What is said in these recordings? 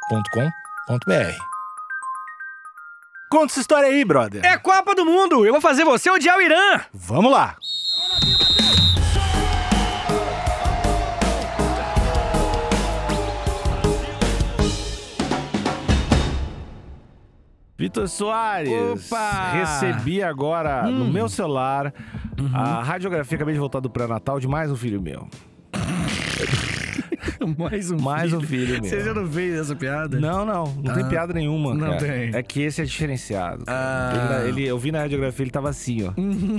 agenciadepodcast.com.br. Conta essa história aí, brother. É Copa do Mundo! Eu vou fazer você odiar o Irã! Vamos lá. Vitor Soares, Opa! recebi agora no meu celular a radiografia, acabei de voltar do pré-natal, de mais um filho meu. Mais um Mais um filho Vocês já meu. não fez essa piada? Não, não, não tem Ah, piada nenhuma, não cara. tem. É que esse é diferenciado. Ah. Ele, ele- eu vi na radiografia, ele tava assim, ó. Na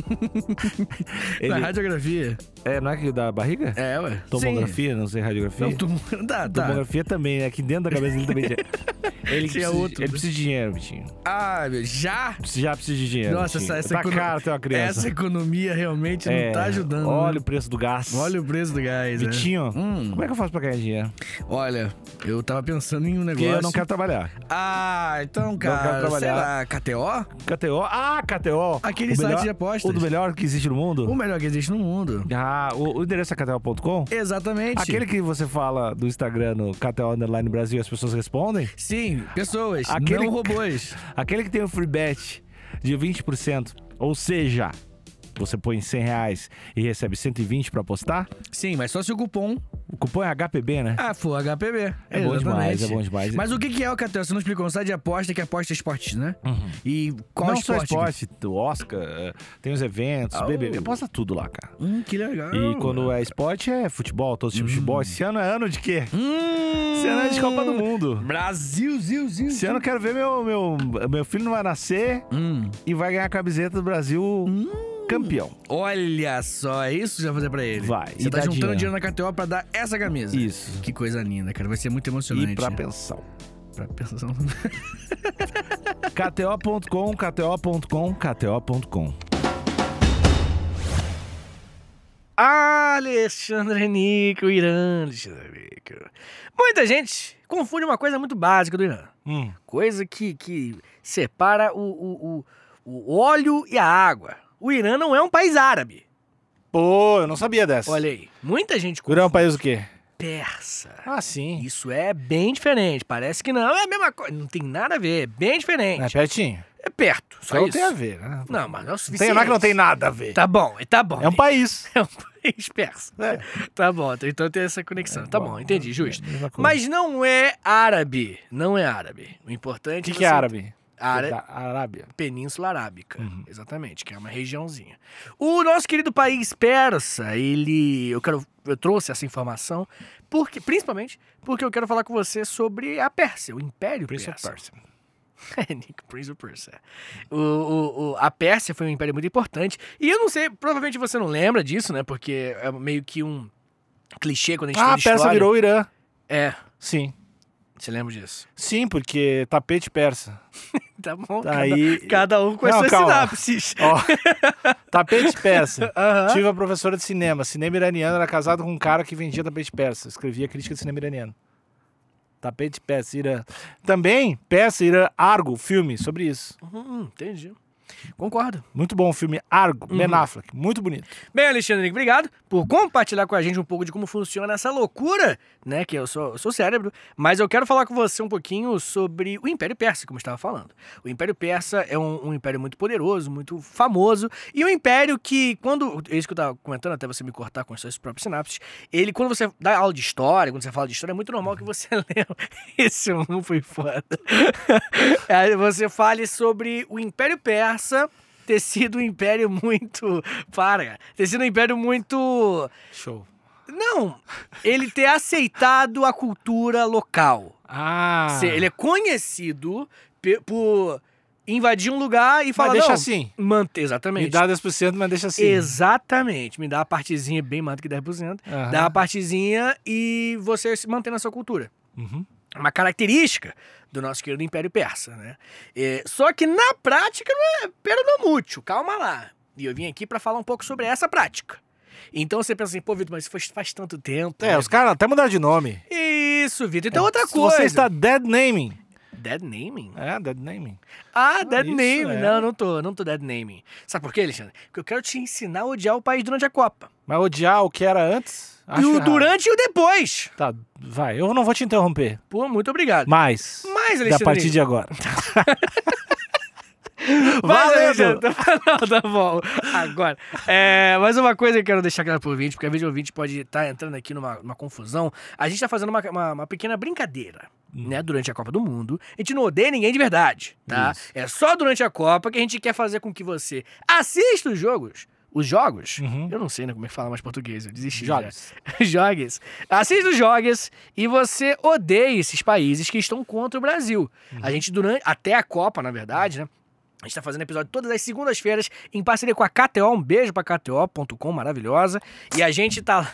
Ele- radiografia? é, não é que da barriga? É, ué. Tomografia, não sei, Sim. radiografia? Não, tom... tá, tá. Tomografia também, né? Aqui dentro da cabeça dele também tinha. Ele, Tinha precisa, outro, ele né? precisa de dinheiro, Vitinho. Ah, meu, já? Precisa- Já precisa de dinheiro. Nossa, Vitinho. essa, essa, tá econo- caro ter uma criança. essa economia realmente não É, tá ajudando. Olha né? o preço do gás. olha o preço do gás, né? Vitinho, Hum. como é que eu faço pra ganhar dinheiro? Olha, eu tava pensando em um Porque negócio. eu não quero trabalhar. Ah, então, quero cara, sei trabalhar. lá, KTO? KTO. Ah, KTO! Aquele O site melhor- de apostas. O do melhor que existe no mundo? O melhor que existe no mundo. Ah, o, o endereço é KTO.com? Exatamente. Aquele que você fala do Instagram no KTO Underline Brasil e as pessoas respondem? Sim, pessoas, Aquele- não robôs. Aquele que tem o free bet de 20%, ou seja, você põe 100 reais e recebe 120 pra apostar, Sim, mas só se o cupom o cupom é HPB, né? Ah, for HPB. É bom demais, Exatamente. é bom demais. Mas o que que é o KTO? Você não explicou, um site de aposta que aposta esportes, né? E qual Não só esporte? Ah, esporte, o Oscar, eh, tem os eventos, Au. BBB, aposta tudo lá, cara. Hum, que legal. E quando é esporte, é futebol, todo tipo de futebol. Esse ano é ano de quê? Hum, Esse ano é de Copa do Mundo. Brasil, zil, zil. Esse ano eu quero ver meu, meu, meu filho não vai nascer Hum. e vai ganhar a camiseta do Brasil campeão. Olha só, é isso que você vai fazer pra ele? Vai, e Você tá dá juntando dinheiro. dinheiro na KTO pra dar essa camisa? Isso. Que coisa linda, cara. Vai ser muito emocionante. E pra pensão. pra pensar... KTO.com, KTO.com, KTO.com. Alexandre Nico, Irã, Alexandre Nico. Muita gente confunde uma coisa muito básica do Irã. Hum. coisa que, que separa o, o, o, o óleo e a água. O Irã não é um país árabe. Pô, eu não sabia dessa. Olha aí, muita gente Curão é um confunde país o quê? persa. Ah, sim. Isso é bem diferente, parece que não, é a mesma coisa, não tem nada a ver, é bem É diferente. pertinho. É perto, só Então isso. tem a ver, né? Não, mas não é o Não suficiente. tem, não é que não tem nada a ver. Tá bom, tá bom. É um país. É um país persa. Tá bom, então tem essa É, conexão. tá bom, entendi, justo. Mas não é árabe, não é árabe. O o importante que, é que é você- árabe? Ára- Da Arábia. Península Arábica, exatamente, que é uma regiãozinha. O nosso querido país persa, ele, eu quero, eu trouxe essa informação porque, principalmente, porque eu quero falar com você sobre a Pérsia, o Império Prince of Persa. Persia. É, Nick, Prince of Persia. O, o- o- a Pérsia foi um império muito importante. E eu não sei, provavelmente você não lembra disso, né? Porque é meio que um clichê quando a gente Ah, a tem de Persa história. virou o Irã. É, Sim. você lembra disso? Sim, porque tapete persa. Tá bom. cada- Aí. Cada, um com Não, as suas calma. sinapses. Ó, tapete persa. Aham. Tive uma professora de cinema. Cinema iraniano era casado com um cara que vendia tapete persa. Escrevia crítica de cinema iraniano. Tapete persa, Irã. Também, peça, Irã, Argo, filme sobre isso. Hum, entendi. Concordo. Muito bom o filme Argo, Uhum. Ben Affleck. Muito bonito. Bem, Alexandre, obrigado por compartilhar com a gente um pouco de como funciona essa loucura, né? Que eu sou, eu sou cérebro, mas eu quero falar com você um pouquinho sobre o Império Persa, como eu estava falando. O Império Persa é um, um império muito poderoso, muito famoso, e um império que, quando. é Isso que eu estava comentando, até você me cortar com as suas próprias sinapses, ele, quando você dá aula de história, quando você fala de história, é muito normal que você lembra. Esse não foi foda. Aí É, você fale sobre o Império Persa ter sido um império muito. Para! Ter sido um império muito. Show. Não! Ele ter aceitado a cultura local. Ah. Se- Ele é conhecido pe- por invadir um lugar e falar. Mas deixa não, assim. Manter, exatamente. Me dá 10%, mas deixa assim. Exatamente. Me dá a partezinha bem mais do que 10%. Aham. Dá a partezinha e você se mantém na sua cultura Uhum. uma característica do nosso querido Império Persa, né? É, só que na prática não é peronomútil, calma lá. E eu vim aqui pra falar um pouco sobre essa prática. Então você pensa assim, pô, Vitor, mas isso faz, faz tanto tempo. É, né? os caras até mudaram de nome. Isso, Vitor. Então outra Se coisa. Você está dead naming. Dead naming? né? É, dead naming. Ah, dead isso, naming. é. Não, não tô, não tô dead naming. Sabe por quê, Alexandre? Porque eu quero te ensinar a odiar o país durante a Copa. Mas odiar o que era antes? Acho e o errado. durante e o depois. Tá, vai. Eu não vou te interromper. Pô, muito obrigado. Mas. Mas, a partir Alexandre. de agora. Mas, Valendo! Alexandre, Não, tá bom. Agora. É, mais uma coisa que eu quero deixar claro pro ouvinte, porque às vezes o ouvinte pode estar entrando aqui numa, numa confusão. A gente tá fazendo uma, uma, uma pequena brincadeira, né? Durante a Copa do Mundo. A gente não odeia ninguém de verdade, tá? É só durante a Copa que a gente quer fazer com que você assista os jogos. Os jogos? Uhum. Eu não sei né, como é que fala mais português, eu desisti. já. Jogos. Jogues. Assista os Jogues e você odeia esses países que estão contra o Brasil. A Uhum. gente, durante. Até a Copa, na verdade, né? A gente tá fazendo episódio todas as segundas-feiras em parceria com a KTO. Um beijo pra KTO.com, maravilhosa. E a gente tá. lá-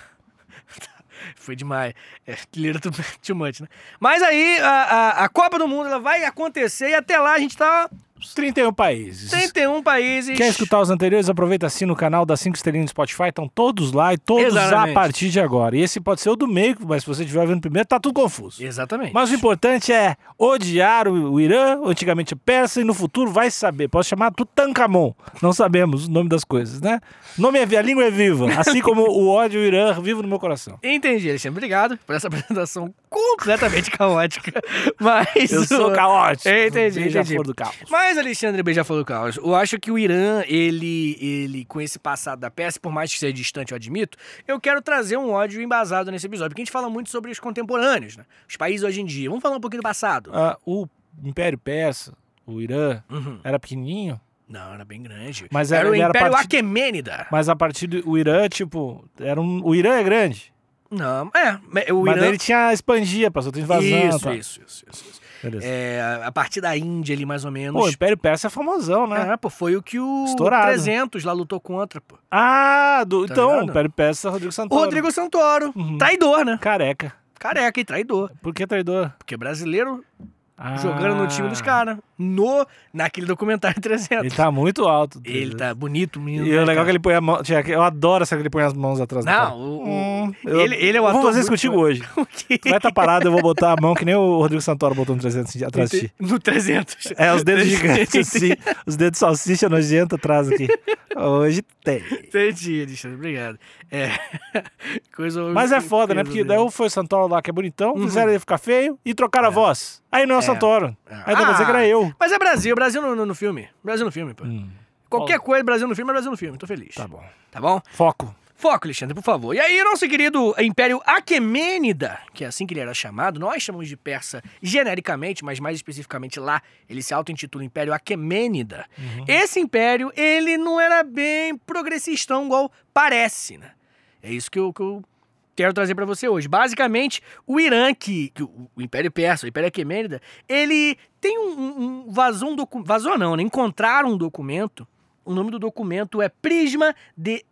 Foi demais. É, que lira tudo too much, né? Mas aí a, a, a Copa do Mundo ela vai acontecer e até lá a gente tá. ó, Os 31 países. 31 países. Quer escutar os anteriores? Aproveita, assina o canal da 5 estrelinhas no Spotify. Estão todos lá e todos Exatamente. a partir de agora. E esse pode ser o do meio, mas se você estiver vendo primeiro, tá tudo confuso. Exatamente. Mas o importante é odiar o o Irã, antigamente a Pérsia, e no futuro vai saber. Posso chamar Tutankamon. Não sabemos o nome das coisas, né? Nome é, vi- a língua é viva, assim como o ódio ao Irã vivo no meu coração. Entendi, Alexandre. Obrigado por essa apresentação completamente caótica. Mas. Eu sou o- caótico. Entendi, Beija entendi. flor do caos. Mas, Alexandre Beija-Flor do Caos, eu acho que o Irã, ele, ele, com esse passado da peça, por mais que seja distante, eu admito, eu quero trazer um ódio embasado nesse episódio, porque a gente fala muito sobre os contemporâneos, né? Os países hoje em dia. Vamos falar um pouquinho do passado. Ah, o Império Persa, o Irã, Uhum. era pequenininho, Não, era bem grande. Mas era, era- o ele era Império parte- Aquemênida. mas a partir do o Irã, tipo, era um, o Irã é grande. Não, é. mas O mas Irã... daí ele tinha expandia para outras invasões. Isso, tá. isso, isso, isso, isso. Beleza. É, a partir da Índia ali, mais ou menos. Pô, o Império Persa é famosão, né? É, pô, foi o que o Estourado. 300 lá lutou contra, pô. Ah, do, Tá então, ligado? o Império Persa, Rodrigo Santoro. Rodrigo Santoro, Uhum. traidor, né? Careca. Careca e traidor. Por que traidor? Porque brasileiro Ah, jogando no time dos caras. né? No, naquele documentário 300. Ele tá muito alto. Ele tá bonito, menino. E o legal é que cara? ele põe a mão. tinha que- Eu adoro essa que ele põe as mãos atrás da Não, cara. o- o- Hum, ele- ele é o Vamos ator fazer isso muito- contigo hoje. Tu vai estar parado, eu vou botar a mão que nem o Rodrigo Santoro botou no 300 de- atrás de ti. No 300. É, os dedos gigantes assim. Os dedos de salsicha nojento atrás aqui. Hoje tem. Entendi, Alexandre, obrigado. É. Coisa Mas é foda, né? Porque incrível daí mesmo. foi o Santoro lá que é bonitão, Uhum. fizeram ele ficar feio e trocaram a voz. Aí não é o É. Santoro. Aí dá pra dizer que era eu. Hum. Mas é Brasil, Brasil no, no- no filme. Brasil no filme, pô. Qualquer coisa, Brasil no filme é Brasil no filme, tô feliz. Tá bom. Tá bom? Foco. Foco, Alexandre, por favor. E aí, o nosso querido Império Aquemênida, que é assim que ele era chamado, nós chamamos de persa genericamente, mas mais especificamente lá, ele se auto-intitula Império Aquemênida. Uhum. Esse império, ele não era bem progressistão igual parece, né? É isso que eu, que eu quero trazer pra você hoje. Basicamente, o Irã, que, que o o Império Persa, o Império Aquemênida, ele tem um, um- um- vazou um documento, vazou não, né? Encontraram um documento, o nome do documento é Prisma de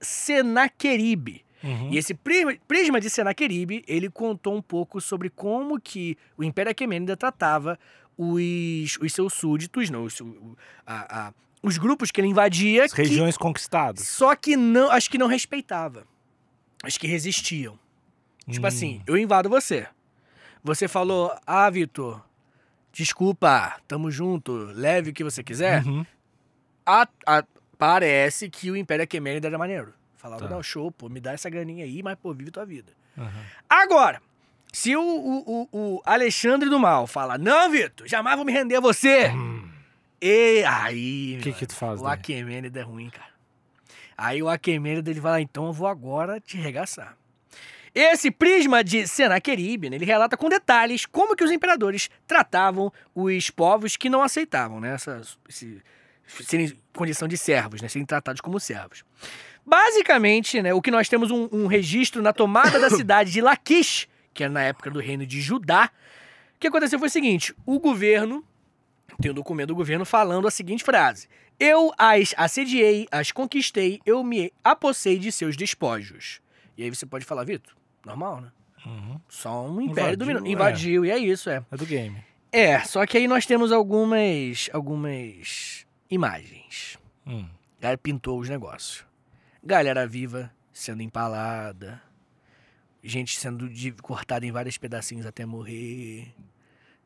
Senaqueribe. Uhum. E esse prisma, prisma de Senaqueribe, ele contou um pouco sobre como que o Império Aquemênida tratava os, os seus súditos, não, os, o- a- a- os grupos que ele invadia, As que regiões conquistadas. só que não, acho que não respeitava. Acho que resistiam. Tipo Hum. assim, eu invado você. Você falou, ah, Vitor, desculpa, tamo junto, leve o que você quiser. Uhum. A- a- parece que o Império Aquemênida era maneiro. Falava, Tá. não, show, pô, me dá essa graninha aí, mas, pô, vive tua vida. Aham. Agora, se o, o- o- o Alexandre do Mal fala, não, Vitor, jamais vou me render a você. E aí, O meu que que tu faz, o daí? Aquemênida é ruim, cara. Aí o Aquemênida ele vai lá, então eu vou agora te regaçar. Esse prisma de Senaqueribe, né, ele relata com detalhes como que os imperadores tratavam os povos que não aceitavam, né, essas- esse- serem condição de servos, né, serem tratados como servos. Basicamente, né, o que nós temos um, um registro na tomada da cidade de Laquish, que era na época do reino de Judá, o que aconteceu foi o seguinte: o governo tem um documento do governo falando a seguinte frase: Eu as assediei, as conquistei, eu me apossei de seus despojos. E aí você pode falar, Vitor, normal, né? Uhum. Só um império Invadiu, dominante. é. Invadiu, e é isso, é. É do game. É, só que aí nós temos algumas. algumas imagens. Hum. Galera pintou os negócios. Galera viva sendo empalada. Gente sendo de- cortada em vários pedacinhos até morrer.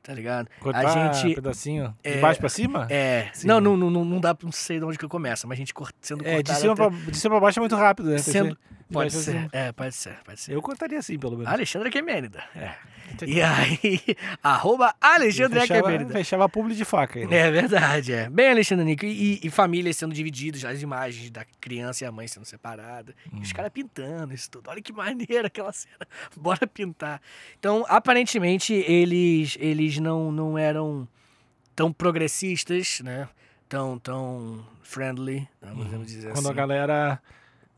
Tá ligado? Cortar a gente. pedacinho é, de baixo pra cima? É. Sim. Não, não, não, não não dá pra não sei de onde que começa, mas a gente cort- sendo É, cortada. de, cima até- pra, de cima pra baixo é muito rápido, né? Tem sendo, que- Pode Mas eu- ser. É, pode ser, pode ser. assim. Eu contaria assim, pelo menos. Alexandre Quemérida. É. E aí, arroba Alexandre fechava, Quemérida. fechava a publi de faca. Ainda. É verdade, é. Bem, Alexandre Nico, e, e famílias sendo divididas, as imagens da criança e a mãe sendo separada. Hum. E os caras pintando isso tudo. Olha que maneira aquela cena. Bora pintar. Então, aparentemente, eles, eles não, não eram tão progressistas, né? Tão, tão friendly, né? podemos dizer Hum, Quando a assim. galera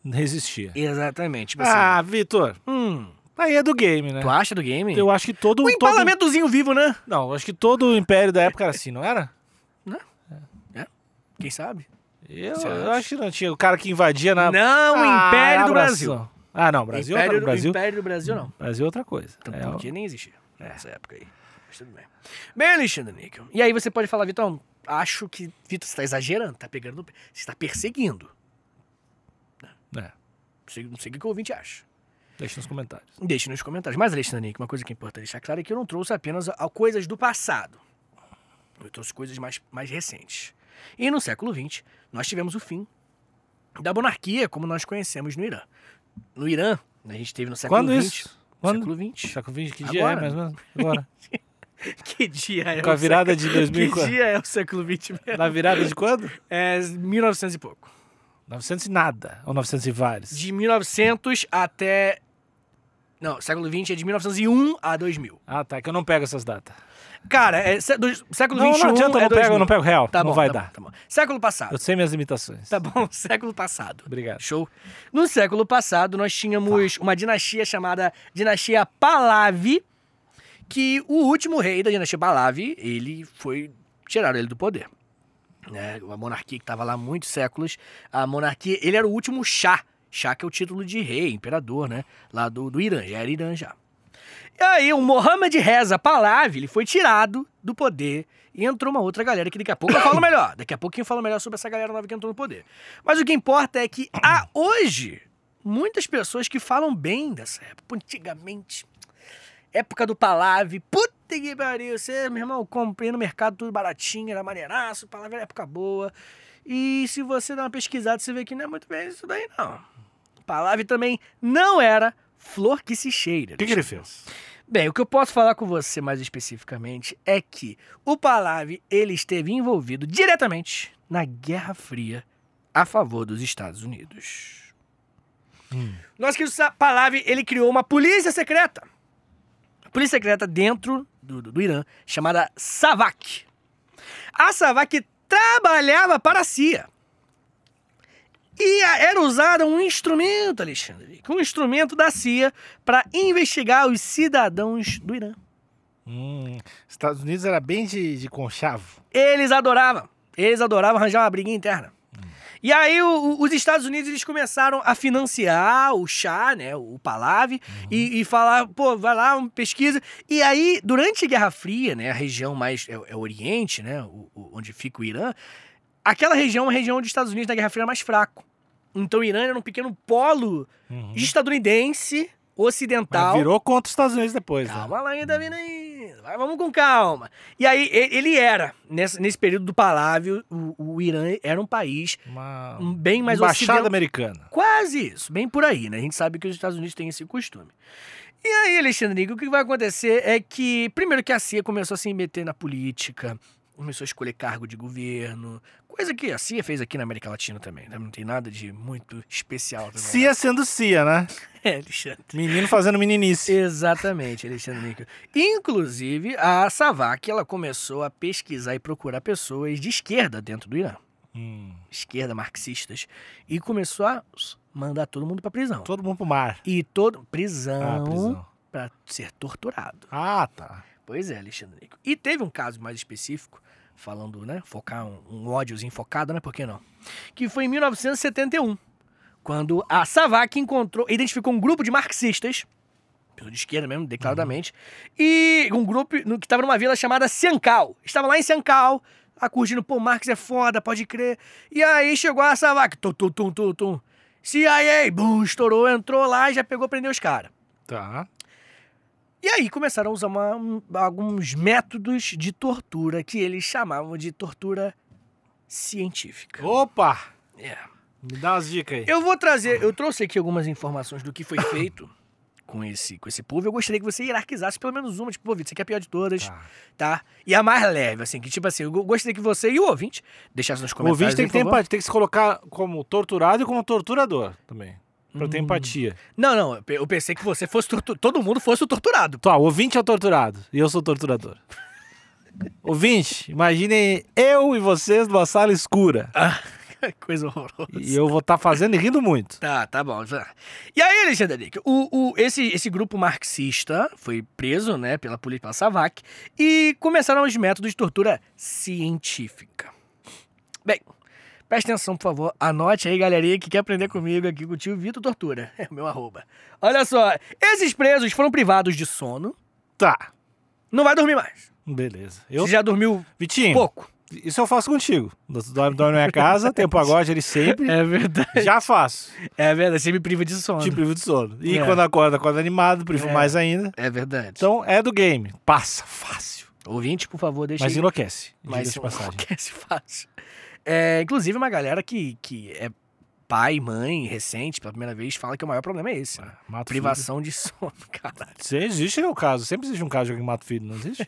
resistia. Exatamente. Tipo assim, Ah, Vitor, hum, aí é do game, né? tu acha do game? Eu acho que todo. um todo- empalamentozinho vivo, né? Não, eu acho que todo o império da época era assim, não era? Quem sabe? Eu, Você eu acha? acho que não tinha. O cara que invadia na. Não, o Ah, Império do abração. Brasil. Ah, não, Brasil, é Império, outra- Brasil, Império do Brasil, não. Brasil é outra coisa. Então, É, porque nem existia nessa época aí. Mas tudo bem. Bem, Alexandre Níquel. E aí você pode falar, Vitão, acho que, Vitor, você está exagerando, tá pegando no pé. Você está perseguindo. é, Não sei, não sei o que o ouvinte acha. deixa nos comentários. Deixe nos comentários. Mas, Alexandre Níquel, uma coisa que é importante deixar claro é que eu não trouxe apenas a- coisas do passado. Eu trouxe coisas mais, mais recentes. E no século XX, nós tivemos o fim da monarquia como nós conhecemos no Irã. No Irã, né, a gente teve no século Quando XX. isso? Quando? Século XX. Século XX, que dia é Agora. mais ou menos? Agora. Que dia é Com a o virada de Que 2004. dia é o século XX mesmo? Na virada de quando? É 1900 e pouco. 900 e nada. Ou 900 e vários. De 1900 até... Não, século XX é de 1901 a 2000. Ah, tá. Que eu não pego essas datas. Cara, é sé- do- século Não, XXI não adianta, eu é não 2000. pego, eu não pego real. Tá não bom, vai tá dar. bom, tá bom. Século passado. Eu sei minhas limitações. Tá bom, século passado. Obrigado. Show. No século passado, nós tínhamos uma dinastia chamada Dinastia Pahlavi, que o último rei da dinastia Pahlavi, ele foi... Tiraram ele do poder. Né? Uma monarquia que estava lá há muitos séculos. A monarquia... Ele era o último Shah. Shah que é o título de rei, imperador, né? Lá do, do Irã. Já era Irã, já. E aí, o Mohammed Reza Pahlavi, ele foi tirado do poder e entrou uma outra galera que daqui a pouco eu falo melhor. Daqui a pouquinho eu falo melhor sobre essa galera nova que entrou no poder. Mas o que importa é que há hoje muitas pessoas que falam bem dessa época. Pô, Antigamente, época do Pahlavi, puta que pariu, você, meu irmão, comprei no mercado tudo baratinho, era maneiraço, Pahlavi era época boa. E se você dá uma pesquisada, você vê que não é muito bem isso daí, não. Pahlavi também não era flor que se cheira. O que, que ele fez? Bem, o que eu posso falar com você mais especificamente é que o Pahlavi ele esteve envolvido diretamente na Guerra Fria a favor dos Estados Unidos. Hum. Nosso querido Sa- Pahlavi ele criou uma polícia secreta, polícia secreta dentro do, do- do Irã chamada Savak. A Savak trabalhava para a CIA. E a- era usado um instrumento, Alexandre, um instrumento da CIA para investigar os cidadãos do Irã. Hum, Estados Unidos era bem de, de conchavo. Eles adoravam. Eles adoravam arranjar uma briga interna. Hum. E aí o- o- os Estados Unidos eles começaram a financiar o chá, né, o Pahlavi, Uhum. e, e falar, pô, vai lá, um- pesquisa. E aí, durante a Guerra Fria, né, a região mais é, é o Oriente, né, o- o- onde fica o Irã, aquela região é uma região onde os Estados Unidos na Guerra Fria era mais fraco. Então o Irã era um pequeno polo Uhum. estadunidense Mas ocidental. virou contra os Estados Unidos depois. né? Calma lá, ainda vindo aí. Vai, vamos com calma. E aí, e- ele era, nesse, nesse período do Palácio, o, o Irã era um país um Uma bem mais embaixada ocidental. americana. Quase isso, bem por aí, né? A gente sabe que os Estados Unidos têm esse costume. E aí, Alexandre, Nico, o que vai acontecer é que, primeiro que a CIA começou a se meter na política, começou a escolher cargo de governo, coisa que a CIA fez aqui na América Latina também, né? Não tem nada de muito especial. também, né? Cia sendo Cia, né? É, Alexandre. Menino fazendo meninice. Exatamente, Alexandre Níquel. Inclusive, a Savak, ela começou a pesquisar e procurar pessoas de esquerda dentro do Irã. Hum, Esquerda, marxistas. E começou a mandar todo mundo pra prisão. todo mundo pro mar. E todo... Prisão, Ah, prisão. pra ser torturado. Ah, tá. Pois é, Alexandre Níquel. E teve um caso mais específico, falando, né, focar um, um ódiozinho focado, né, por que não? Que foi em 1971, quando a Savak encontrou, identificou um grupo de marxistas, pessoa de esquerda mesmo, declaradamente, e um grupo no- que estava numa vila chamada Siancal. Estava lá em Siancal, lá curtindo, pô, Marx é foda, pode crer. E aí chegou a Savak, tum, tum, tum, tum, tum. CIA, bum, estourou, entrou lá e já pegou, prendeu os caras. Tá. E aí começaram a usar uma- um- alguns métodos de tortura que eles chamavam de tortura científica. Opa! É. Me dá umas dicas aí. Eu vou trazer, eu trouxe aqui algumas informações do que foi feito com esse, com esse povo. Eu gostaria que você hierarquizasse pelo menos uma, tipo, ouvinte, você quer a pior de todas, tá. Tá. E a mais leve, assim, que tipo assim, eu gostaria que você e o ouvinte deixassem nos O comentários. ouvinte tem aí, que por ter favor. empatia, tem que se colocar como torturado e como torturador também. Pra Hum. ter empatia. Não, não, eu pe- eu pensei que você fosse tortu- todo mundo fosse o torturado. Tá, o ouvinte é o torturado e eu sou o torturador. ouvinte, imaginem eu e vocês numa sala escura. Coisa horrorosa. E eu vou estar fazendo e rindo muito. Tá, tá bom. E aí, Alexandre Henrique, o, o, esse, esse grupo marxista foi preso, né, pela polícia pela SAVAK e começaram os métodos de tortura científica. Bem, preste atenção, por favor. Anote aí, galerinha, que quer aprender comigo aqui com o tio Vitor Tortura. É o meu arroba. Olha só, esses presos foram privados de sono. Tá, Não vai dormir mais. beleza. Eu, Você já dormiu Vitinho, pouco. isso eu faço contigo. Tu dorme, dorme na minha casa, tem o pagode ele sempre. É verdade. Já faço. É verdade, você me priva de sono. Te privo de sono. E É. quando acorda, acorda animado, privo É. mais ainda. É verdade. Então é do game. Passa, fácil. Ouvinte, por favor, deixa Mas aí. enlouquece. Mas Mas de passagem. enlouquece fácil. É, inclusive, uma galera que, que é pai, mãe, recente, pela primeira vez, fala que o maior problema é esse. né? Mata o Privação de sono, caralho. filho. Isso existe o caso. Sempre existe um caso de alguém que mata o filho, não existe?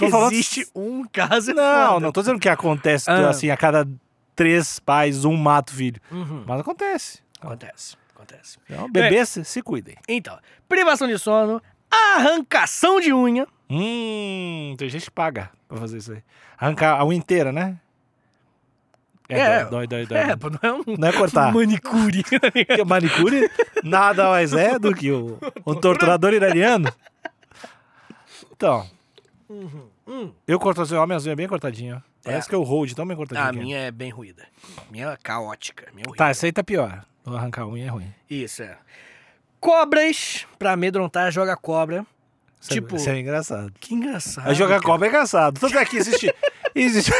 Tô falando- Existe um caso Não, foda. não tô dizendo que acontece Ah. assim, a cada três pais, um mata o filho. Uhum. Mas acontece. Acontece, acontece. Então, bebês, se- se cuidem. Então, privação de sono, arrancação de unha. Hum, tem gente que paga pra fazer isso aí. Arrancar a unha inteira, né? É. dói, dói, dói. É, pô, não é um Não é cortar. manicure. Porque manicure nada mais é do que o, o torturador iraniano. Então, Hum. É. eu corto as unhas, ó, minhas unhas bem cortadinhas. ó. Parece que eu hold, tão bem cortadinha. A que é. minha é bem ruída. Minha é caótica. Minha é horrível. Tá, essa aí tá pior. Vou arrancar a unha é ruim. Isso, é. Cobras, pra amedrontar, joga cobra. Isso é- Tipo- Ah, Isso é engraçado. Que engraçado. Mas jogar cara. cobra é engraçado. Tanto é que existe... existe...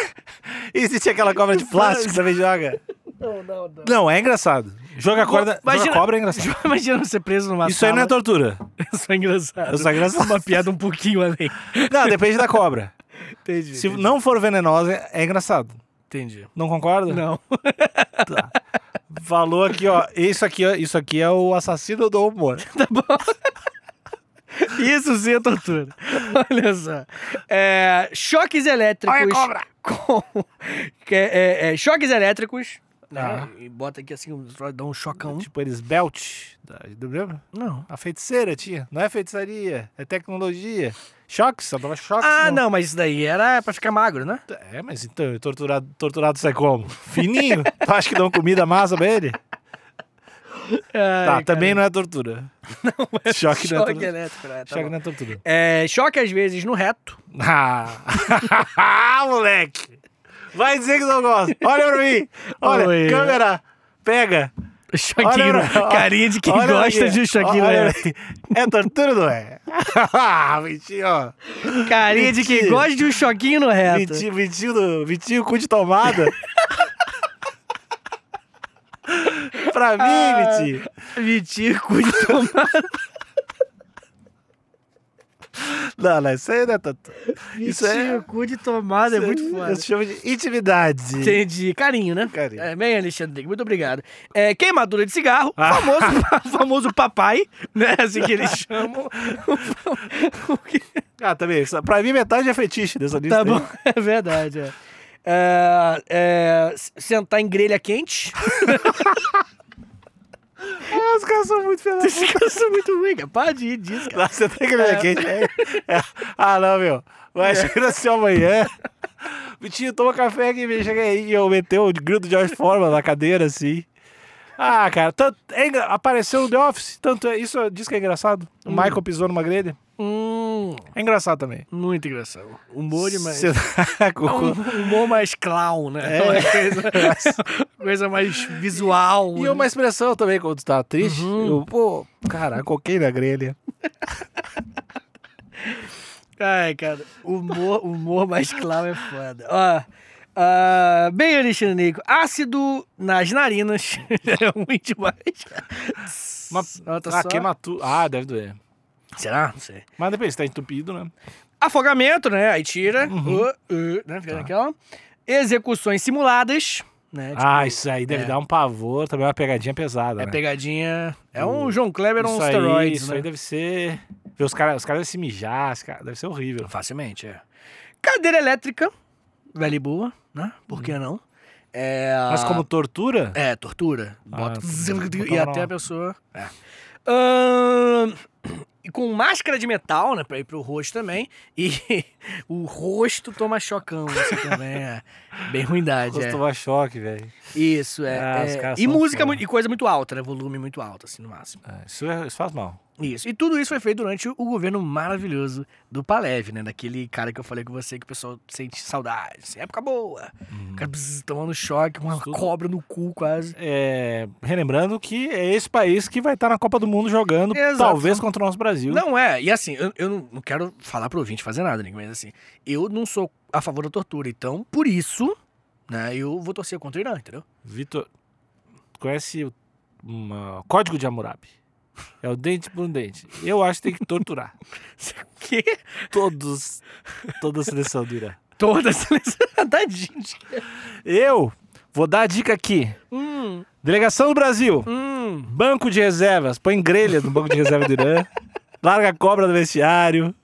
existe aquela cobra de plástico que também joga. Não, não, não. Não, é engraçado. Joga, corda, Imagina- joga cobra é engraçado. Imagina você preso numa Isso aí não é sala. tortura. Isso é engraçado. Isso é engraçado. Uma piada um pouquinho além. Não, depende da cobra. Entendi. Se não for venenosa, é engraçado. Entendi. Não concorda? Não. Falou aqui, ó. Isso aqui, ó, isso aqui é o assassino do humor. Isso sim é tortura. Olha só. É, choques elétricos. Olha a cobra! Com, que é- é- é, choques elétricos. né? Ah. E bota aqui assim, um- dá um chocão. Tipo, eles belt. da- do- Lembra? Não. A feiticeira tinha. Não é feitiçaria, é tecnologia. Choques, só dava choques. Ah, não, mas isso daí era pra ficar magro, né? É, mas então, torturado, torturado sai como? Fininho? tu acha que dão comida massa pra ele? Tá, também não é tortura. Não, é choque, não é Choque tortura. elétrico, né? Tá choque bom. não é tortura. É, choque às vezes no reto. Ah, moleque! Vai dizer que não gosta. Olha pra mim. Olha, Oi. câmera. Pega. Choquinho. Olha pra- Carinha de quem olha pra gosta mim. de choquinho. Olha né? pra mim. É tortura ou não é? Vitinho, ó. Carinha de quem Mentira. gosta de um choquinho no reto. Vitinho, Vitinho, do- Vitinho, cu de tomada. pra mim, Ah. Vitinho. Mentira, cu de tomada. Não, não, isso aí não é tortura. Isso é... Mentira, cu de tomada é muito foda. Eu chamo de intimidade. Entendi. Carinho, né? Carinho. É, bem, Alexandre, muito obrigado. É, queimadura de cigarro, Ah. Tá famoso, famoso papai, né? Assim que eles chamam. Ah, também. isso- Pra mim, metade é fetiche dessa lista. tá aí. bom, é verdade, é. É, é, s- sentar em grelha quente. Ah, os caras são muito pedaços. Esse cara é muito ruim, cara. Para de ir disso, cara. Nossa, tem que ler quente. É. É. Ah, não, meu. É. Vai chegar assim amanhã. Vitinho, toma café aqui, vem, chega aí. E eu meteu o grito de George Foreman na cadeira, assim. Ah, cara, tanto, é engra- apareceu no The Office. Tanto é, isso diz que é engraçado. O Michael pisou numa grelha. Hum, É engraçado também. muito engraçado. Humor demais. Cê- tá Cocô. Um humor mais clown, né? É. Uma coisa, coisa mais visual. E é né? uma expressão também quando tu tá triste. Uhum. Eu, pô, cara, coquei na grelha. Ai, cara, humor, humor mais clown é foda. Ó, ah, bem, Alexandre Nico, ácido nas narinas é ruim demais. Uma, Nota ah, só. queimatura. Ah, deve doer. Será? Não sei. Mas depende, se tá entupido, né? Uhum. Tá. Afogamento, né? Aí tira, uh, uh, né? Fica naquela. Execuções simuladas. né? ah, Tipo, isso aí deve é. dar um pavor, também é uma pegadinha pesada, É né? pegadinha. É um João Kleber on isso aí, steroids, isso né? aí deve ser... Ver os caras os caras devem se mijar, os caras- deve ser horrível. Facilmente, é. Cadeira elétrica, velha e boa, né? Por que não? É... Uhum. Mas como tortura, É, tortura. Bota... Ah, sim, e botava até lá. a pessoa... É. Ahn, E com máscara de metal, né? Pra ir pro rosto também. E o rosto toma chocão, assim também. É. Bem ruindade, é. costuma choque, velho. Isso, é. Ah, os é. caras E são música foda. muito- e coisa muito alta, né? Volume muito alto, assim, no máximo. É, Isso, é- isso faz mal. Isso. E tudo isso foi feito durante o governo maravilhoso do Palev, né? Daquele cara que eu falei com você que o pessoal sente saudade. assim, época boa. Uhum. O cara bzz, tomando choque, uma Hum. Isso tudo- cobra no cu quase. É, relembrando que é esse país que vai estar na Copa do Mundo jogando, Exato. talvez contra o nosso Brasil. Não é, e assim, eu, eu não- não quero falar pro ouvinte fazer nada, Nick, mas assim, eu não sou a favor da tortura, então, por isso, né, eu vou torcer contra o Irã, entendeu? Vitor, conhece o uma- Código de Hammurabi? É o dente por dente. Eu acho que tem que torturar Que? todos, toda a seleção do Irã. Toda a seleção. Tadinho. Eu vou dar a dica aqui. Hum, Delegação do Brasil, hum. banco de reservas, põe grelha no banco de reserva do Irã, larga a cobra do vestiário,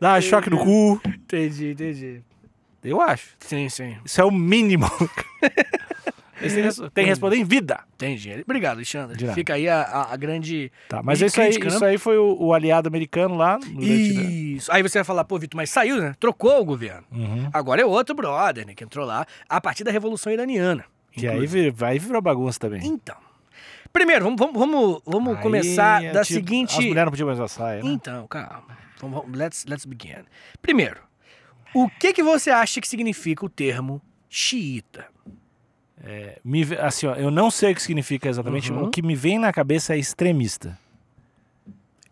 dá choque no cu. Entendi, entendi. Eu acho. Sim, sim. Isso é o mínimo. Eles têm res- Tem que responder em vida. Entendi. Obrigado, Alexandre. De nada. Fica aí a, a- a grande. Tá, mas Meio isso aí, crítica, né? isso aí foi o, o aliado americano lá no né? Vietnã. Isso. Aí você vai falar, pô, Vitor, mas saiu, né? Trocou o governo. Uhum. Agora é outro brother, né? Que entrou lá a partir da Revolução Iraniana. Que aí, inclusive. vir, aí virou bagunça também. Então. Primeiro, vamos, vamos, vamos, vamos Aí, começar é da tipo, seguinte. As mulheres não podiam mais usar saia, né? Então, calma. Vamos, vamos- let's, let's begin. Primeiro, o que, que você acha que significa o termo xiita? Me ve- assim, ó, eu não sei o que significa exatamente. Uhum. O que me vem na cabeça é extremista.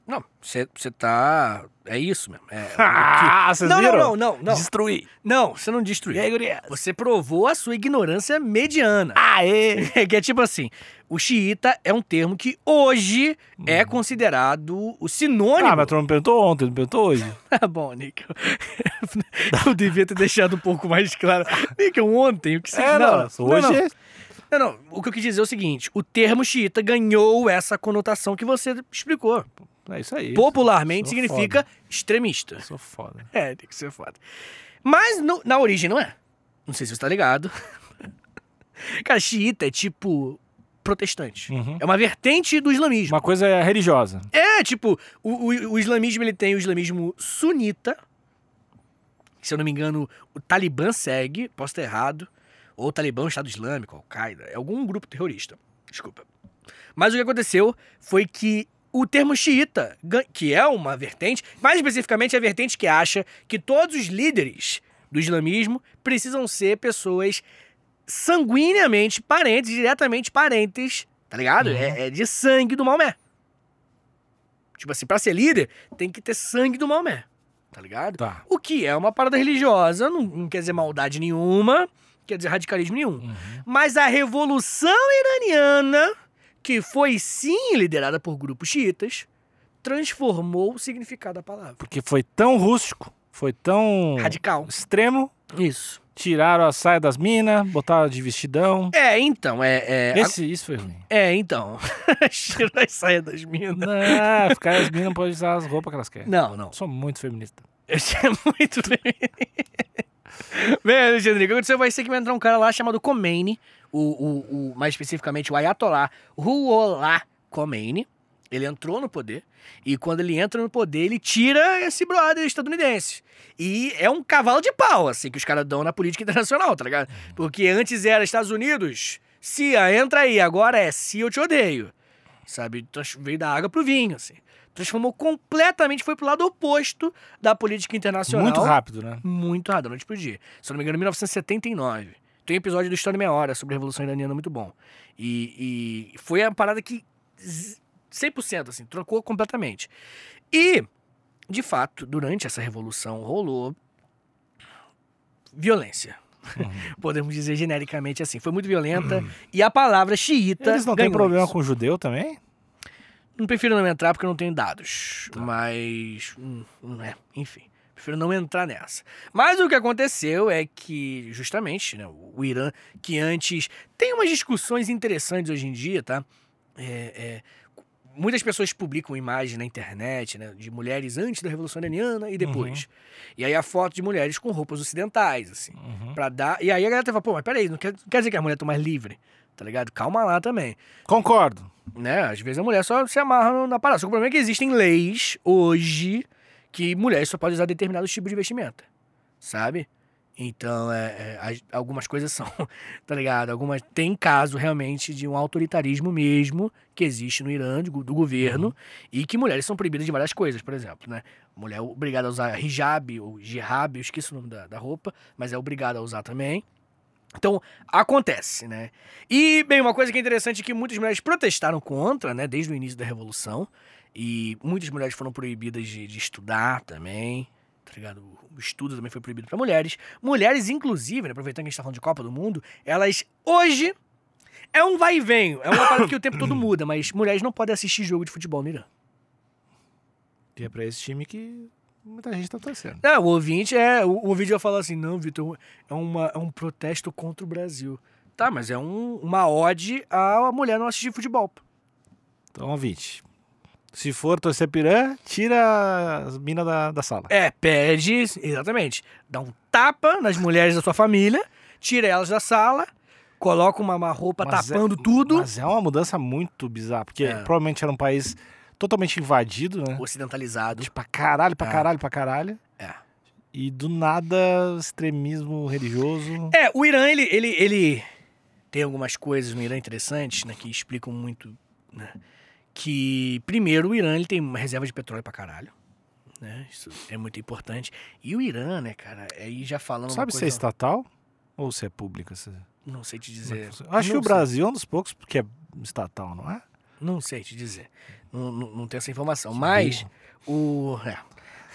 Não, você tá. É isso mesmo. É, Ah, vocês não, não, viram? não, não, não. Destruir. Não, você não E destruiu. aí, guria? Você provou a sua ignorância mediana. Aê! que é tipo assim, o xiita é um termo que hoje é considerado o sinônimo. Hum. Ah, mas tu não me perguntou ontem, não me perguntou hoje. Tá bom, Nico. Eu devia ter deixado um pouco mais claro. Nico, ontem, o que você... É, não, hoje não. é- Não, não, o que eu quis dizer é o seguinte, o termo xiita ganhou essa conotação que você explicou. é isso é aí. Popularmente sou significa extremista. Sou foda. É, tem que ser foda. Mas no- na origem não é. Não sei se você tá ligado. Cara, xiita é tipo protestante. Uhum. É uma vertente do islamismo. Uma coisa é religiosa. É, tipo, o, o- o islamismo ele tem o islamismo sunita. que, se eu não me engano, o Talibã segue, posso estar errado. Ou o Talibã, o Estado Islâmico, Al-Qaeda. É algum grupo terrorista. Desculpa. Mas o que aconteceu foi que o termo xiita, gan- que é uma vertente, mais especificamente é a vertente que acha que todos os líderes do islamismo precisam ser pessoas sanguineamente parentes, diretamente parentes, tá ligado? É, é de sangue do Maomé. Tipo assim, pra ser líder, tem que ter sangue do Maomé, tá ligado? Tá. O que é uma parada religiosa, não, não quer dizer maldade nenhuma, não quer dizer radicalismo nenhum. Uhum. Mas a Revolução Iraniana, que foi sim liderada por grupos xiitas, transformou o significado da palavra. Porque foi tão rústico, foi tão Radical. extremo, É. Isso. tiraram a saia das minas, botaram de vestidão. É, então, é. É, Esse, isso foi ruim. é então. Tirou as saias das minas. Não, ficar as minas não podem usar as roupas que elas querem. Não, não. Eu sou muito feminista. Eu tinha é muito bem. Bem, Alexandre, o que aconteceu vai ser que vai entrar um cara lá chamado Khomeini, o, o, o- mais especificamente o Ayatollah Ruhollah Khomeini. Ele entrou no poder e quando ele entra no poder, ele tira esse brother estadunidense. E é um cavalo de pau, assim, que os caras dão na política internacional, tá ligado? Porque antes era Estados Unidos, CIA, entra aí, agora é CIA, eu te odeio. Sabe? Trans- Veio da água pro vinho, assim. Transformou completamente, foi pro lado oposto da política internacional. Muito rápido, né? Muito rápido, da noite pro dia. Se eu não me engano, é 1979. Tem um episódio do História em Meia Hora sobre a Revolução Iraniana muito bom. E, e foi a parada que z- 100%, assim, trocou completamente. E, de fato, durante essa revolução rolou violência. Uhum. Podemos dizer genericamente assim. Foi muito violenta. E a palavra xiita. Eles não têm ganhou problema Tá isso. com o judeu também? Não prefiro não entrar porque eu não tenho dados. Mas. hum, hum, é, enfim. Prefiro não entrar nessa. Mas o que aconteceu é que, justamente, né, o Irã, que antes tem umas discussões interessantes hoje em dia, tá? É, é, muitas pessoas publicam imagens na internet né, de mulheres antes da Revolução Iraniana e depois. E aí a foto de mulheres com roupas ocidentais, assim. Uhum. Pra dar. E aí a galera tava, pô, mas peraí, não quer, não quer dizer que as mulheres estão mais livres, tá ligado? Calma lá também. Concordo. Né? Às vezes a mulher só se amarra no- na parada. Só que o problema é que existem leis hoje que mulheres só podem usar determinados tipos de vestimenta, sabe? Então, é, é, as- algumas coisas são, tá ligado? Algumas. Tem caso realmente de um autoritarismo mesmo que existe no Irã, de go- do governo, e que mulheres são proibidas de várias coisas, por exemplo, né? Mulher é obrigada a usar hijab ou jihab, eu esqueço o nome da, da roupa, mas é obrigada a usar também. Então, acontece, né? E, bem, uma coisa que é interessante é que muitas mulheres protestaram contra, né, desde o início da Revolução. E muitas mulheres foram proibidas de, de estudar também, tá ligado? O estudo também foi proibido para mulheres. Mulheres, inclusive, né, aproveitando que a gente tá falando de Copa do Mundo, elas hoje. É um vai e vem, é uma parada que o tempo todo muda, mas mulheres não podem assistir jogo de futebol no Irã. E é pra esse time que muita gente tá torcendo. É, o ouvinte é. O, o vídeo vai falar assim: não, Vitor, é, uma, é um protesto contra o Brasil. Tá, mas é um, uma ode à mulher não assistir futebol. pô. Então, ouvinte. Se for torcer pirã, tira as minas da, da sala. É, pede, exatamente. Dá um tapa nas mulheres da sua família, tira elas da sala, coloca uma, uma roupa Mas é- tá tapando tudo. Mas é uma mudança muito bizarra, porque É. provavelmente era um país totalmente invadido, né? Ocidentalizado. De pra caralho, pra É. caralho, pra caralho. É. E do nada, extremismo religioso. É, o Irã, ele, ele, ele tem algumas coisas no Irã interessantes, né, que explicam muito, né, que, primeiro, o Irã, ele tem uma reserva de petróleo pra caralho, né, isso é muito importante. E o Irã, né, cara, aí já falando uma Sabe se é coisa- estatal ou se é pública? se- Não sei te como é que dizer. funciona? Acho Não que o sei. Brasil é um dos poucos porque é estatal, não é? Não sei te dizer. Não, não, não tenho essa informação. Mas o. é.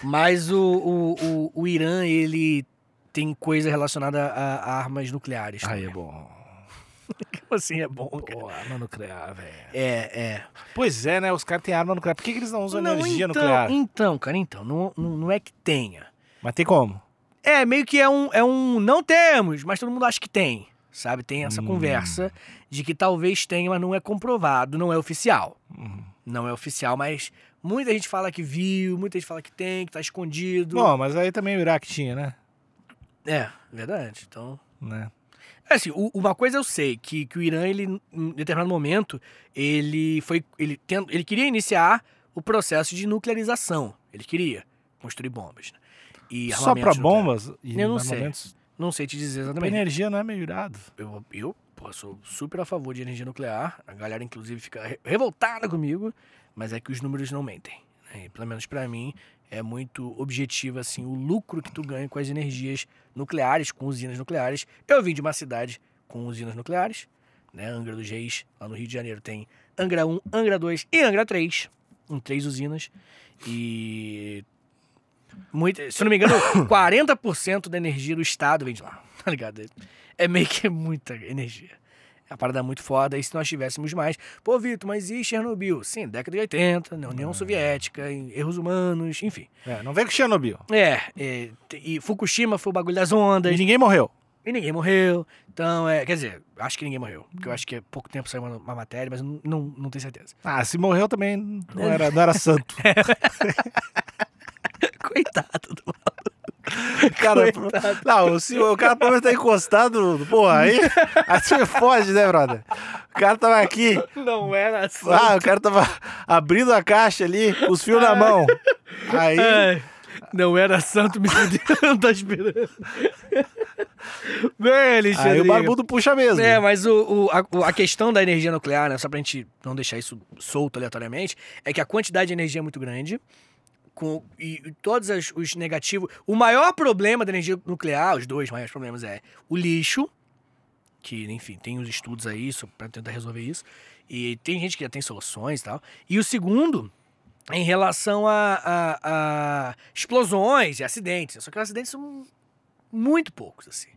Mas o, o, o, o Irã, ele tem coisa relacionada a, a armas nucleares. Aí também. é bom. Ah, Como assim é bom, cara? Pô, arma nuclear, velho. É, é. Pois é, né? Os caras têm arma nuclear. Por que, que eles não usam Não, energia então, nuclear? Então, cara, então. Não, não, não é que tenha. Mas tem como? É, meio que é um, é um. Não temos, mas todo mundo acha que tem. Sabe? Tem essa Hum. conversa de que talvez tenha, mas não é comprovado, não é oficial. Uhum. Não é oficial, mas muita gente fala que viu, muita gente fala que tem, que tá escondido. Bom, mas aí também o Iraque tinha, né? É, verdade. Então. né? É Assim, u- uma coisa eu sei, que, que o Irã, ele, em determinado momento, ele foi. Ele, ten- ele queria iniciar o processo de nuclearização. Ele queria construir bombas. né? E Só pra armamentos nucleares. bombas e Eu não sei. armamentos. Não sei te dizer Pra exatamente. energia não é meio irado. Eu, eu pô, sou super a favor de energia nuclear. A galera, inclusive, fica re- revoltada comigo, mas é que os números não mentem. né? E, pelo menos pra mim, é muito objetivo assim o lucro que tu ganha com as energias nucleares, com usinas nucleares. Eu vim de uma cidade com usinas nucleares, né? Angra dos Reis, lá no Rio de Janeiro tem Angra 1, Angra 2 e Angra 3, em três usinas. E muito, se eu não me engano, 40% da energia do estado vem de lá. Tá ligado? É meio que muita energia. É uma parada muito foda. E se nós tivéssemos mais. Pô, Vitor, mas e Chernobyl? Sim, década de 80, na União Soviética, em erros humanos, enfim. É, não vem com Chernobyl. É, é, te- e Fukushima foi o bagulho das ondas. E ninguém morreu. E ninguém morreu. Então, é. Quer dizer, acho que ninguém morreu. Porque eu acho que há pouco tempo saiu uma, uma matéria, mas eu não, não, não tenho certeza. Ah, se morreu também não era, não era santo. Coitado do Cara, não, se o cara pelo menos tá encostado, porra, aí, aí você foge, né, brother? O cara tava aqui, Não era assim. ah, o cara tava abrindo a caixa ali, os fios na mão. Aí, Ai, não era santo, me fudeu, tá esperando. Bem, é, Alexandre. aí o barbudo puxa mesmo. É, mas o, o- a, o- a questão da energia nuclear, né, só pra gente não deixar isso solto aleatoriamente, é que a quantidade de energia é muito grande. Com, e, e todos as- os negativos. O maior problema da energia nuclear, os dois maiores problemas, é o lixo, que, enfim, tem os estudos aí so- pra tentar resolver isso. E tem gente que já tem soluções e tal. E o segundo, é em relação a, a- a explosões e acidentes. Só que os acidentes são muito poucos, assim.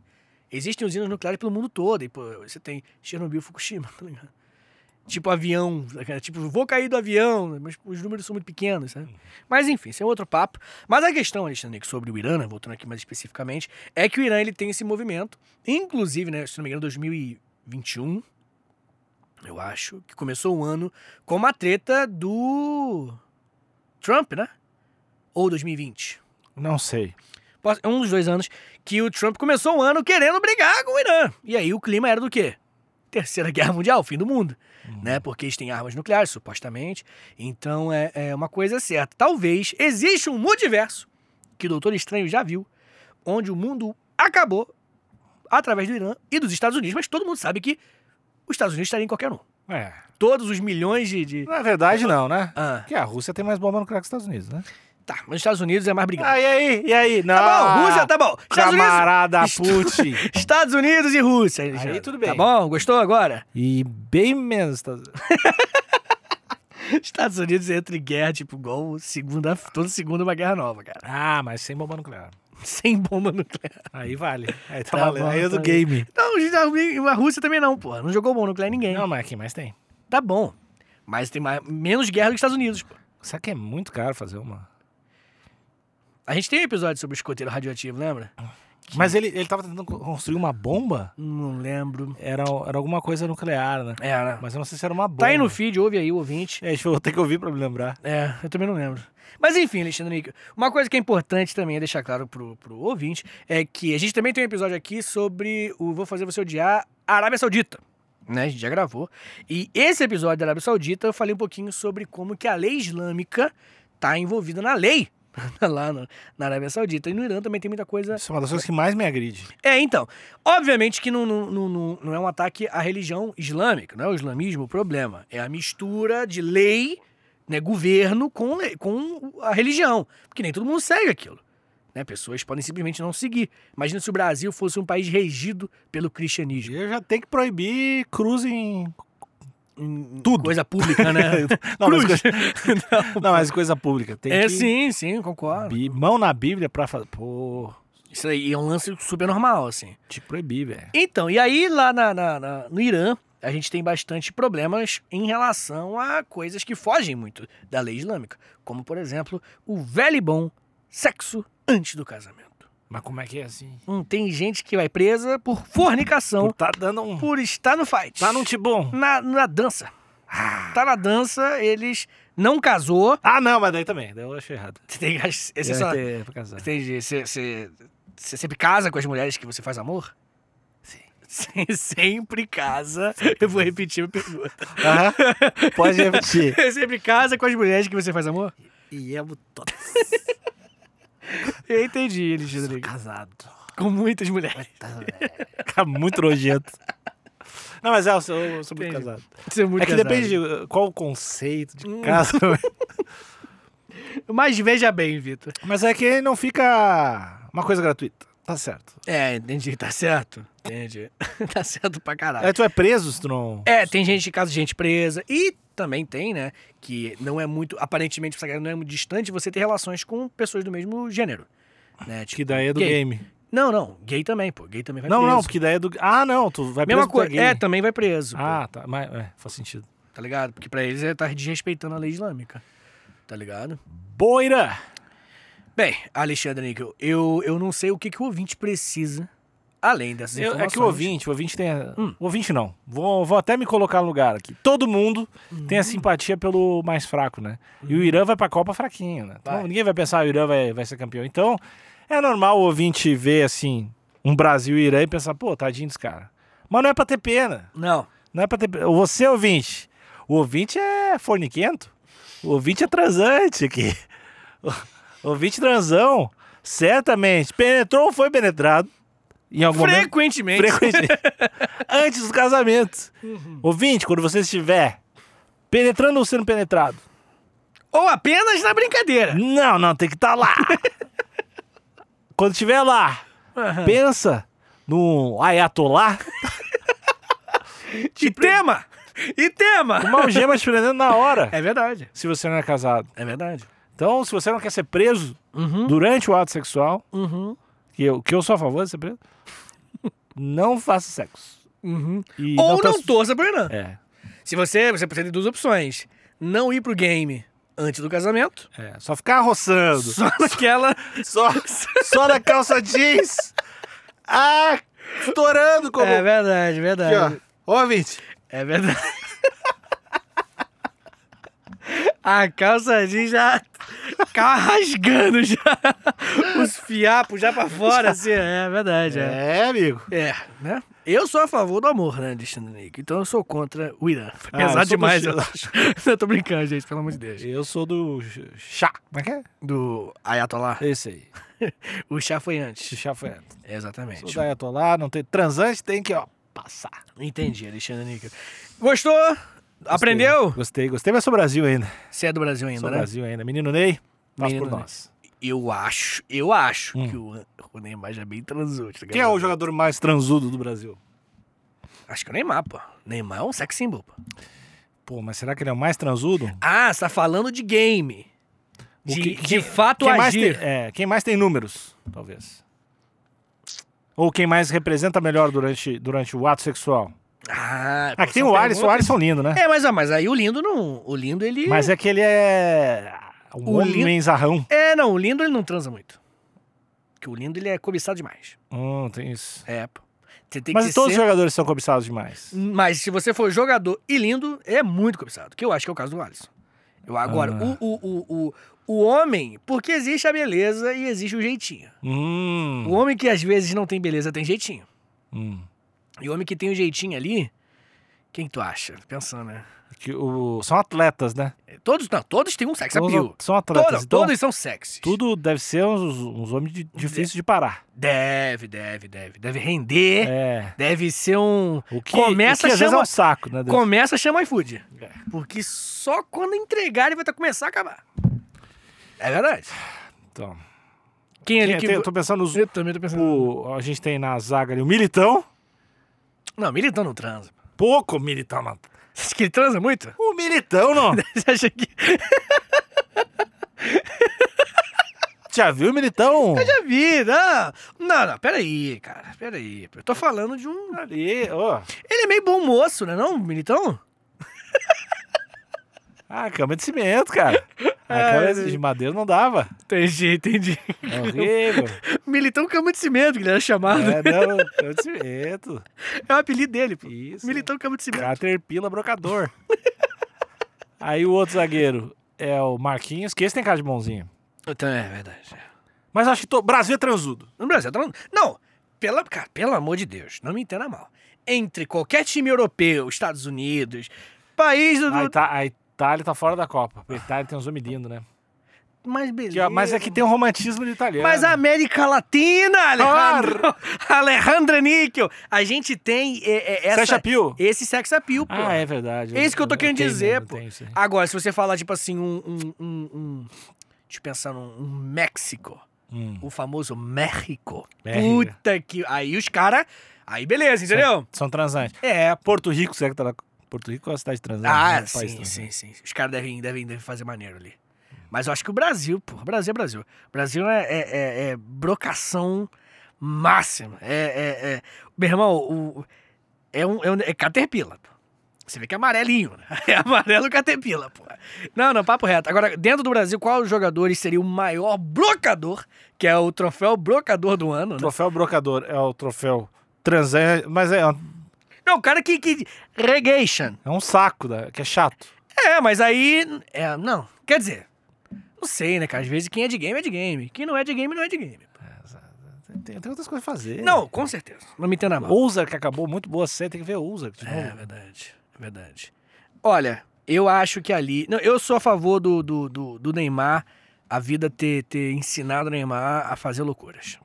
Existem usinas nucleares pelo mundo todo. E, pô, você tem Chernobyl e Fukushima, tá ligado? Tipo avião, cara, tipo, vou cair do avião, mas os números são muito pequenos, sabe? Mas enfim, isso é outro papo. Mas a questão, Alexandre, que sobre o Irã, né, voltando aqui mais especificamente, é que o Irã ele tem esse movimento, inclusive, né, se não me engano, 2021, eu acho, que começou o ano com uma treta do Trump, né? Ou 2020. Não sei. Posso- É um dos dois anos que o Trump começou o ano querendo brigar com o Irã. E aí o clima era do quê? Terceira Guerra Mundial, fim do mundo. Né? Porque eles têm armas nucleares, supostamente. Então é, é uma coisa certa. Talvez exista um multiverso, que o Doutor Estranho já viu, onde o mundo acabou através do Irã e dos Estados Unidos, mas todo mundo sabe que os Estados Unidos estariam em qualquer um. É. Todos os milhões de. de- Na verdade, não, né? Ah, Porque a Rússia tem mais bomba nuclear que os Estados Unidos, né? tá, mas os Estados Unidos é mais brigado. Ah, e aí? E aí? Não. tá bom, Rússia, tá bom. Estados Unidos, Camarada Estu- Putin. Estados Unidos e Rússia. Alexandre. tudo bem. Tá bom? Gostou agora? E bem menos. Estados- Estados Unidos entra em guerra, tipo, igual segunda, toda segunda é uma guerra nova, cara. Ah, mas sem bomba nuclear. Sem bomba nuclear. Aí vale. Aí tá, Tá valendo. bom, aí é do tá game. Não, a- a Rússia também não, pô. Não jogou bomba nuclear em ninguém. Não, mas quem mais tem? Tá bom. Mas tem mais, menos guerra que os Estados Unidos, pô. Será que é muito caro fazer uma? A gente tem um episódio sobre o escoteiro radioativo, lembra? Mas ele, ele tava tentando co- construir uma bomba? Não lembro. Era, era alguma coisa nuclear, né? É, né? Mas eu não sei se era uma bomba. Tá aí no feed, ouve aí, ouvinte. É, deixa eu ter que ouvir pra me lembrar. É, eu também não lembro. Mas enfim, Alexandre Níquel, uma coisa que é importante também é deixar claro pro, pro ouvinte é que a gente também tem um episódio aqui sobre o Vou Fazer Você Odiar a Arábia Saudita. Né, a gente já gravou. E esse episódio da Arábia Saudita eu falei um pouquinho sobre como que a lei islâmica tá envolvida na lei lá no- na Arábia Saudita. E no Irã também tem muita coisa Isso é uma das coisas que mais me agride. é, então. Obviamente que não, não, não- não- não é um ataque à religião islâmica, não é o islamismo o problema. É a mistura de lei, né, governo com, lei- com a religião. Porque nem todo mundo segue aquilo. Né? Pessoas podem simplesmente não seguir. Imagina se o Brasil fosse um país regido pelo cristianismo. Eu já tenho que proibir cruz em. Em- em Tudo. Coisa pública, né? Não, mas, Cruz. coisa... não, mas coisa pública. Tem é, que... sim, sim, concordo. Bi- Mão na Bíblia pra fazer. Pô, Isso aí é um lance super normal, assim. te proibir, velho. Então, e aí lá na- na- na- no Irã, a gente tem bastante problemas em relação a coisas que fogem muito da lei islâmica. Como, por exemplo, o velho e bom sexo antes do casamento. Mas como é que é assim? Hum, tem gente que vai presa por fornicação, tá dando um. por estar no fight. Tá num tibum. na, na dança. Tá na dança, eles não casou. Ah, não, mas daí também. Daí eu achei errado. Você tem que ach- Esse esse é só- ter pra casar. Entendi. Você- Você você sempre casa com as mulheres que você faz amor? Sim. Sim. Sempre casa. Eu vou repetir a pergunta. Aham. Pode repetir. Você sempre casa com as mulheres que você faz amor? E é botado. Eu entendi, Alexandre. casado. Com muitas mulheres. Fica Tá muito nojento. Não, mas é, eu sou, eu sou muito Entendi. casado. Você é muito é que casado. depende de uh, qual o conceito de Hum. casa. Mas veja bem, Vitor. mas é que não fica uma coisa gratuita. Tá certo. É, entendi. Tá certo. Entendi. tá certo pra caralho. É, tu é preso se tu não. É, tem gente, caso de gente presa. E também tem, né? Que não é muito. Aparentemente, pra essa galera, não é muito distante você ter relações com pessoas do mesmo gênero. Né? Tipo, Que daí é do Gay. game. não, não. Gay também, pô. Gay também vai não, preso. não, porque daí é do. Ah, não, tu vai Mesma preso porque coisa. é É, gay. também vai preso. pô. Ah, tá. Mas é, faz sentido. Tá ligado? Porque pra eles é tá desrespeitando a lei islâmica. Tá ligado? Boira! Bem, Alexandre Níquel, eu, eu não sei o que, que o ouvinte precisa além dessas Eu- é informações. que o ouvinte, o ouvinte tem. a- Hum. O ouvinte não. Vou, vou até me colocar no lugar aqui. Todo mundo tem a simpatia pelo mais fraco, né? E o Irã vai pra Copa fraquinho, né? Então Vai. ninguém vai pensar, ah, o Irã vai, vai ser campeão. Então, é normal o ouvinte ver assim, um Brasil e Irã e pensar, pô, tadinho dos caras. Mas não é pra ter pena. Não. Não é pra ter pena. Você, ouvinte. O ouvinte é forniquento. O ouvinte é transante aqui. O ouvinte transão. Certamente. Penetrou ou foi penetrado. Em algum momento. Frequentemente. Frequentemente. Antes do casamento. Ouvinte, quando você estiver penetrando ou sendo penetrado. Ou apenas na brincadeira. Não, não, tem que estar lá. quando estiver lá, Aham. pensa no ayatolá, E tema! E tema! Tipo uma algema te prendendo na hora. É verdade. Se você não é casado. É verdade. Então, se você não quer ser preso Uhum. durante o ato sexual, Uhum. que eu, que eu sou a favor de ser preso, não faça sexo. Uhum. E Ou não, trans- torça pro Irã. É. Se você, você tem duas opções. Não ir pro game antes do casamento, É, só ficar roçando. só naquela... Só, só na calça jeans. Ah, estourando como... É verdade, verdade. Aqui, ó. Ó, ouvinte. É verdade. A calça jeans já tá rasgando já. Os fiapos já pra fora, assim. É verdade, é. É, amigo. É, né? Eu sou a favor do amor, né, Destino Nick? Então eu sou contra o Irã. Foi Ah, pesado eu sou do demais, Chile. eu acho. Não, tô brincando, gente, pelo amor de Deus. Eu sou do ch- chá. Como é que é? Do Ayatollah. Esse aí. O chá foi Esse antes. É, chá foi antes. Sou Exatamente. da Ayatolá, não tem... Transante tem que, ó, passar. Entendi, Alexandre Nick. Gostou? Aprendeu? Gostei, gostei. Mas sou Brasil ainda. Você é do Brasil ainda, Sou né? Brasil ainda. Menino Ney, faz Menino por Ney. nós. Eu acho, eu acho Hum. que o, o Neymar já é bem transou. tá Quem é o ligado? jogador mais transudo do Brasil? Acho que é o Neymar, pô. Neymar é um sex symbol, pô. Pô, mas será que ele é o mais transudo? Ah, você tá falando de game. O De, que- de fato Quem mais, tem, agir. é, quem mais tem números, talvez. Ou quem mais representa melhor durante, durante o ato sexual. Ah, pô, Aqui tem são o Alisson, o perguntas- Alisson lindo, né? É, mas, ó, mas aí o Lindo não. O Lindo ele. Mas é que ele é um O homem zarrão. É, não, o Lindo ele não transa muito. Porque o Lindo ele é cobiçado demais. Hum, tem isso. É, pô. Você tem Mas que todos ser... os jogadores são cobiçados demais. Mas se você for jogador e lindo, é muito cobiçado, que eu acho que é o caso do Alisson. Eu, agora, Ah. o, o, o, o, o homem, porque existe a beleza e existe o jeitinho. O Hum, homem que às vezes não tem beleza tem jeitinho. hum. E o homem que tem o jeitinho ali, quem tu acha? Tô Pensando, né? É, Que o- são atletas, né? Todos, não, todos têm um sex appeal. Todos são atletas. Todos, então, todos são sexys. tudo deve ser uns, uns homens de- difíceis de parar. Deve, deve, deve. Deve render, É. deve ser um... O que, o Começa que às vezes é chama- um saco, né? Deus? Começa, chama iFood. É. Porque só quando entregar ele vai tá, começar a acabar. É verdade. Então, Quem ali Quem- é que... tem- eu tô pensando nos, Eu também tô pensando... O- Tipo, a gente tem na zaga ali o Militão. Não, militão não transa. Pouco Militão, não. Você acha que ele transa muito? O Militão, não. Você acha que... Já viu o Militão? Já vi, não. é Ah, Não, não, peraí, cara. Peraí. Eu tô falando de um... Ali, ó. Ele é meio bom moço, né não, militão? Ah, cama de cimento, cara. A cama de madeira não dava. Entendi, entendi. É horrível. Militão cama de cimento, que ele era chamado. É, não, cama de cimento. É o apelido dele, pô. Isso. né? Militão cama de cimento. Caterpillar brocador. Aí o outro zagueiro é o Marquinhos, que esse tem cara de bonzinho. Então, é verdade. Mas acho que to- Brasil é transudo. No Brasil, tá falando. Não, pela, cara, pelo amor de Deus, não me entenda mal. Entre qualquer time europeu, Estados Unidos, país do. A, Ita- a Itália tá fora da Copa. A Itália tem um zumbidindo, né? Mas Que, beleza. ó, mas é que tem um romantismo de italiano. Mas a América Latina, Alejandro! Alejandra Níquel! A gente tem é, é, essa, Sasha Pio. esse sex appeal, pô. Ah, é verdade. É isso que eu tô querendo tenho, dizer, eu pô. tenho isso aí. Agora, se você falar, tipo assim, um. um, um, um deixa eu pensar num um México. Hum. O famoso México. México. Puta que. Aí os caras. Aí beleza, entendeu? São transantes. É, Porto Rico, será que tá lá? Porto Rico é uma cidade transante? né? Ah, Um país sim, transante. sim, sim. Os caras devem, devem, devem fazer maneiro ali. Mas eu acho que o Brasil, pô, Brasil é Brasil. Brasil é, é, é- é brocação máxima. É, é, é- Meu irmão, o, é, um, é, um, é caterpillar, pô. Você vê que é amarelinho, né? É amarelo caterpillar, pô. Não, não, papo reto. Agora, dentro do Brasil, qual dos jogadores seria o maior brocador, que é o troféu brocador do ano, O né? troféu brocador é o troféu transante, mas é, Não, o cara que... que... Regation. é um saco, né? que é chato. É, mas aí. É, não. Quer dizer. Não sei, né, cara? Às vezes quem é de game é de game. Quem não é de game não é de game. Tem, tem outras coisas a fazer. Não, com certeza. Não me entenda mal. Ousar que acabou muito boa série, tem que ver Ousar de novo. É verdade. É verdade. Olha, eu acho que ali. Não, eu sou a favor do, do, do, do Neymar, a vida ter, ter ensinado o Neymar a fazer loucuras.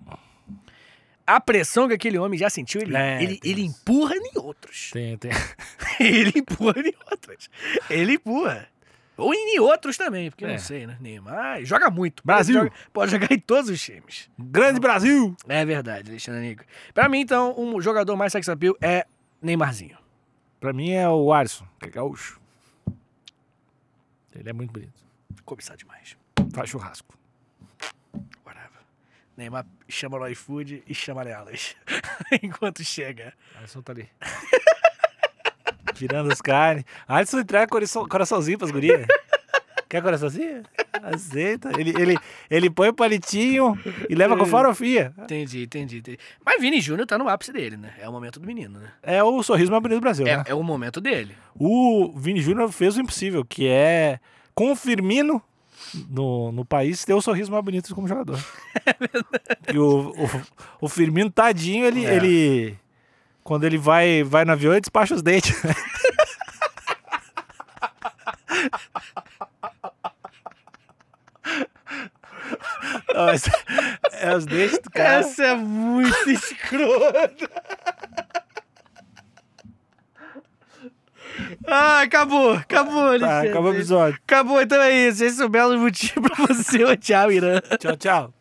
A pressão que aquele homem já sentiu, ele, É, ele, tem ele isso. empurra em outros. Tem, tem. ele empurra em outros. Ele empurra. Ou em outros também, porque eu É. não sei, né? Neymar joga muito. Brasil. Pode jogar, pode jogar em todos os times. Grande Brasil! É verdade, Alexandre Nico. Pra mim, então, um jogador mais sex appeal é Neymarzinho. Pra mim é o Alisson, que é gaúcho. Ele é muito bonito. Cobiçado demais. Faz churrasco. Whatever. Neymar chama no iFood e chama nelas. Enquanto chega. Alisson tá ali. Virando as carnes. Alisson entrega coração, coraçãozinho pras gurias. Quer coraçãozinho? Aceita. Ele, ele, ele põe o palitinho e leva com farofia. Entendi, entendi, entendi. Mas Vini Júnior tá no ápice dele, né? É o momento do menino, né? É o sorriso mais bonito do Brasil, né? É, é o momento dele. O Vini Júnior fez o impossível, que é com o Firmino no, no país ter o sorriso mais bonito como jogador. e o, o, o Firmino, tadinho, ele, É. ele. Quando ele vai, vai no avião, ele despacha os dentes. Não, mas é os dentes do cara. é muito escrota. Ah, acabou, acabou, Tá, Alexandre. acabou o episódio. Acabou, então é isso. Esse é o belo motivo pra você odiar o Irã. Tchau, tchau.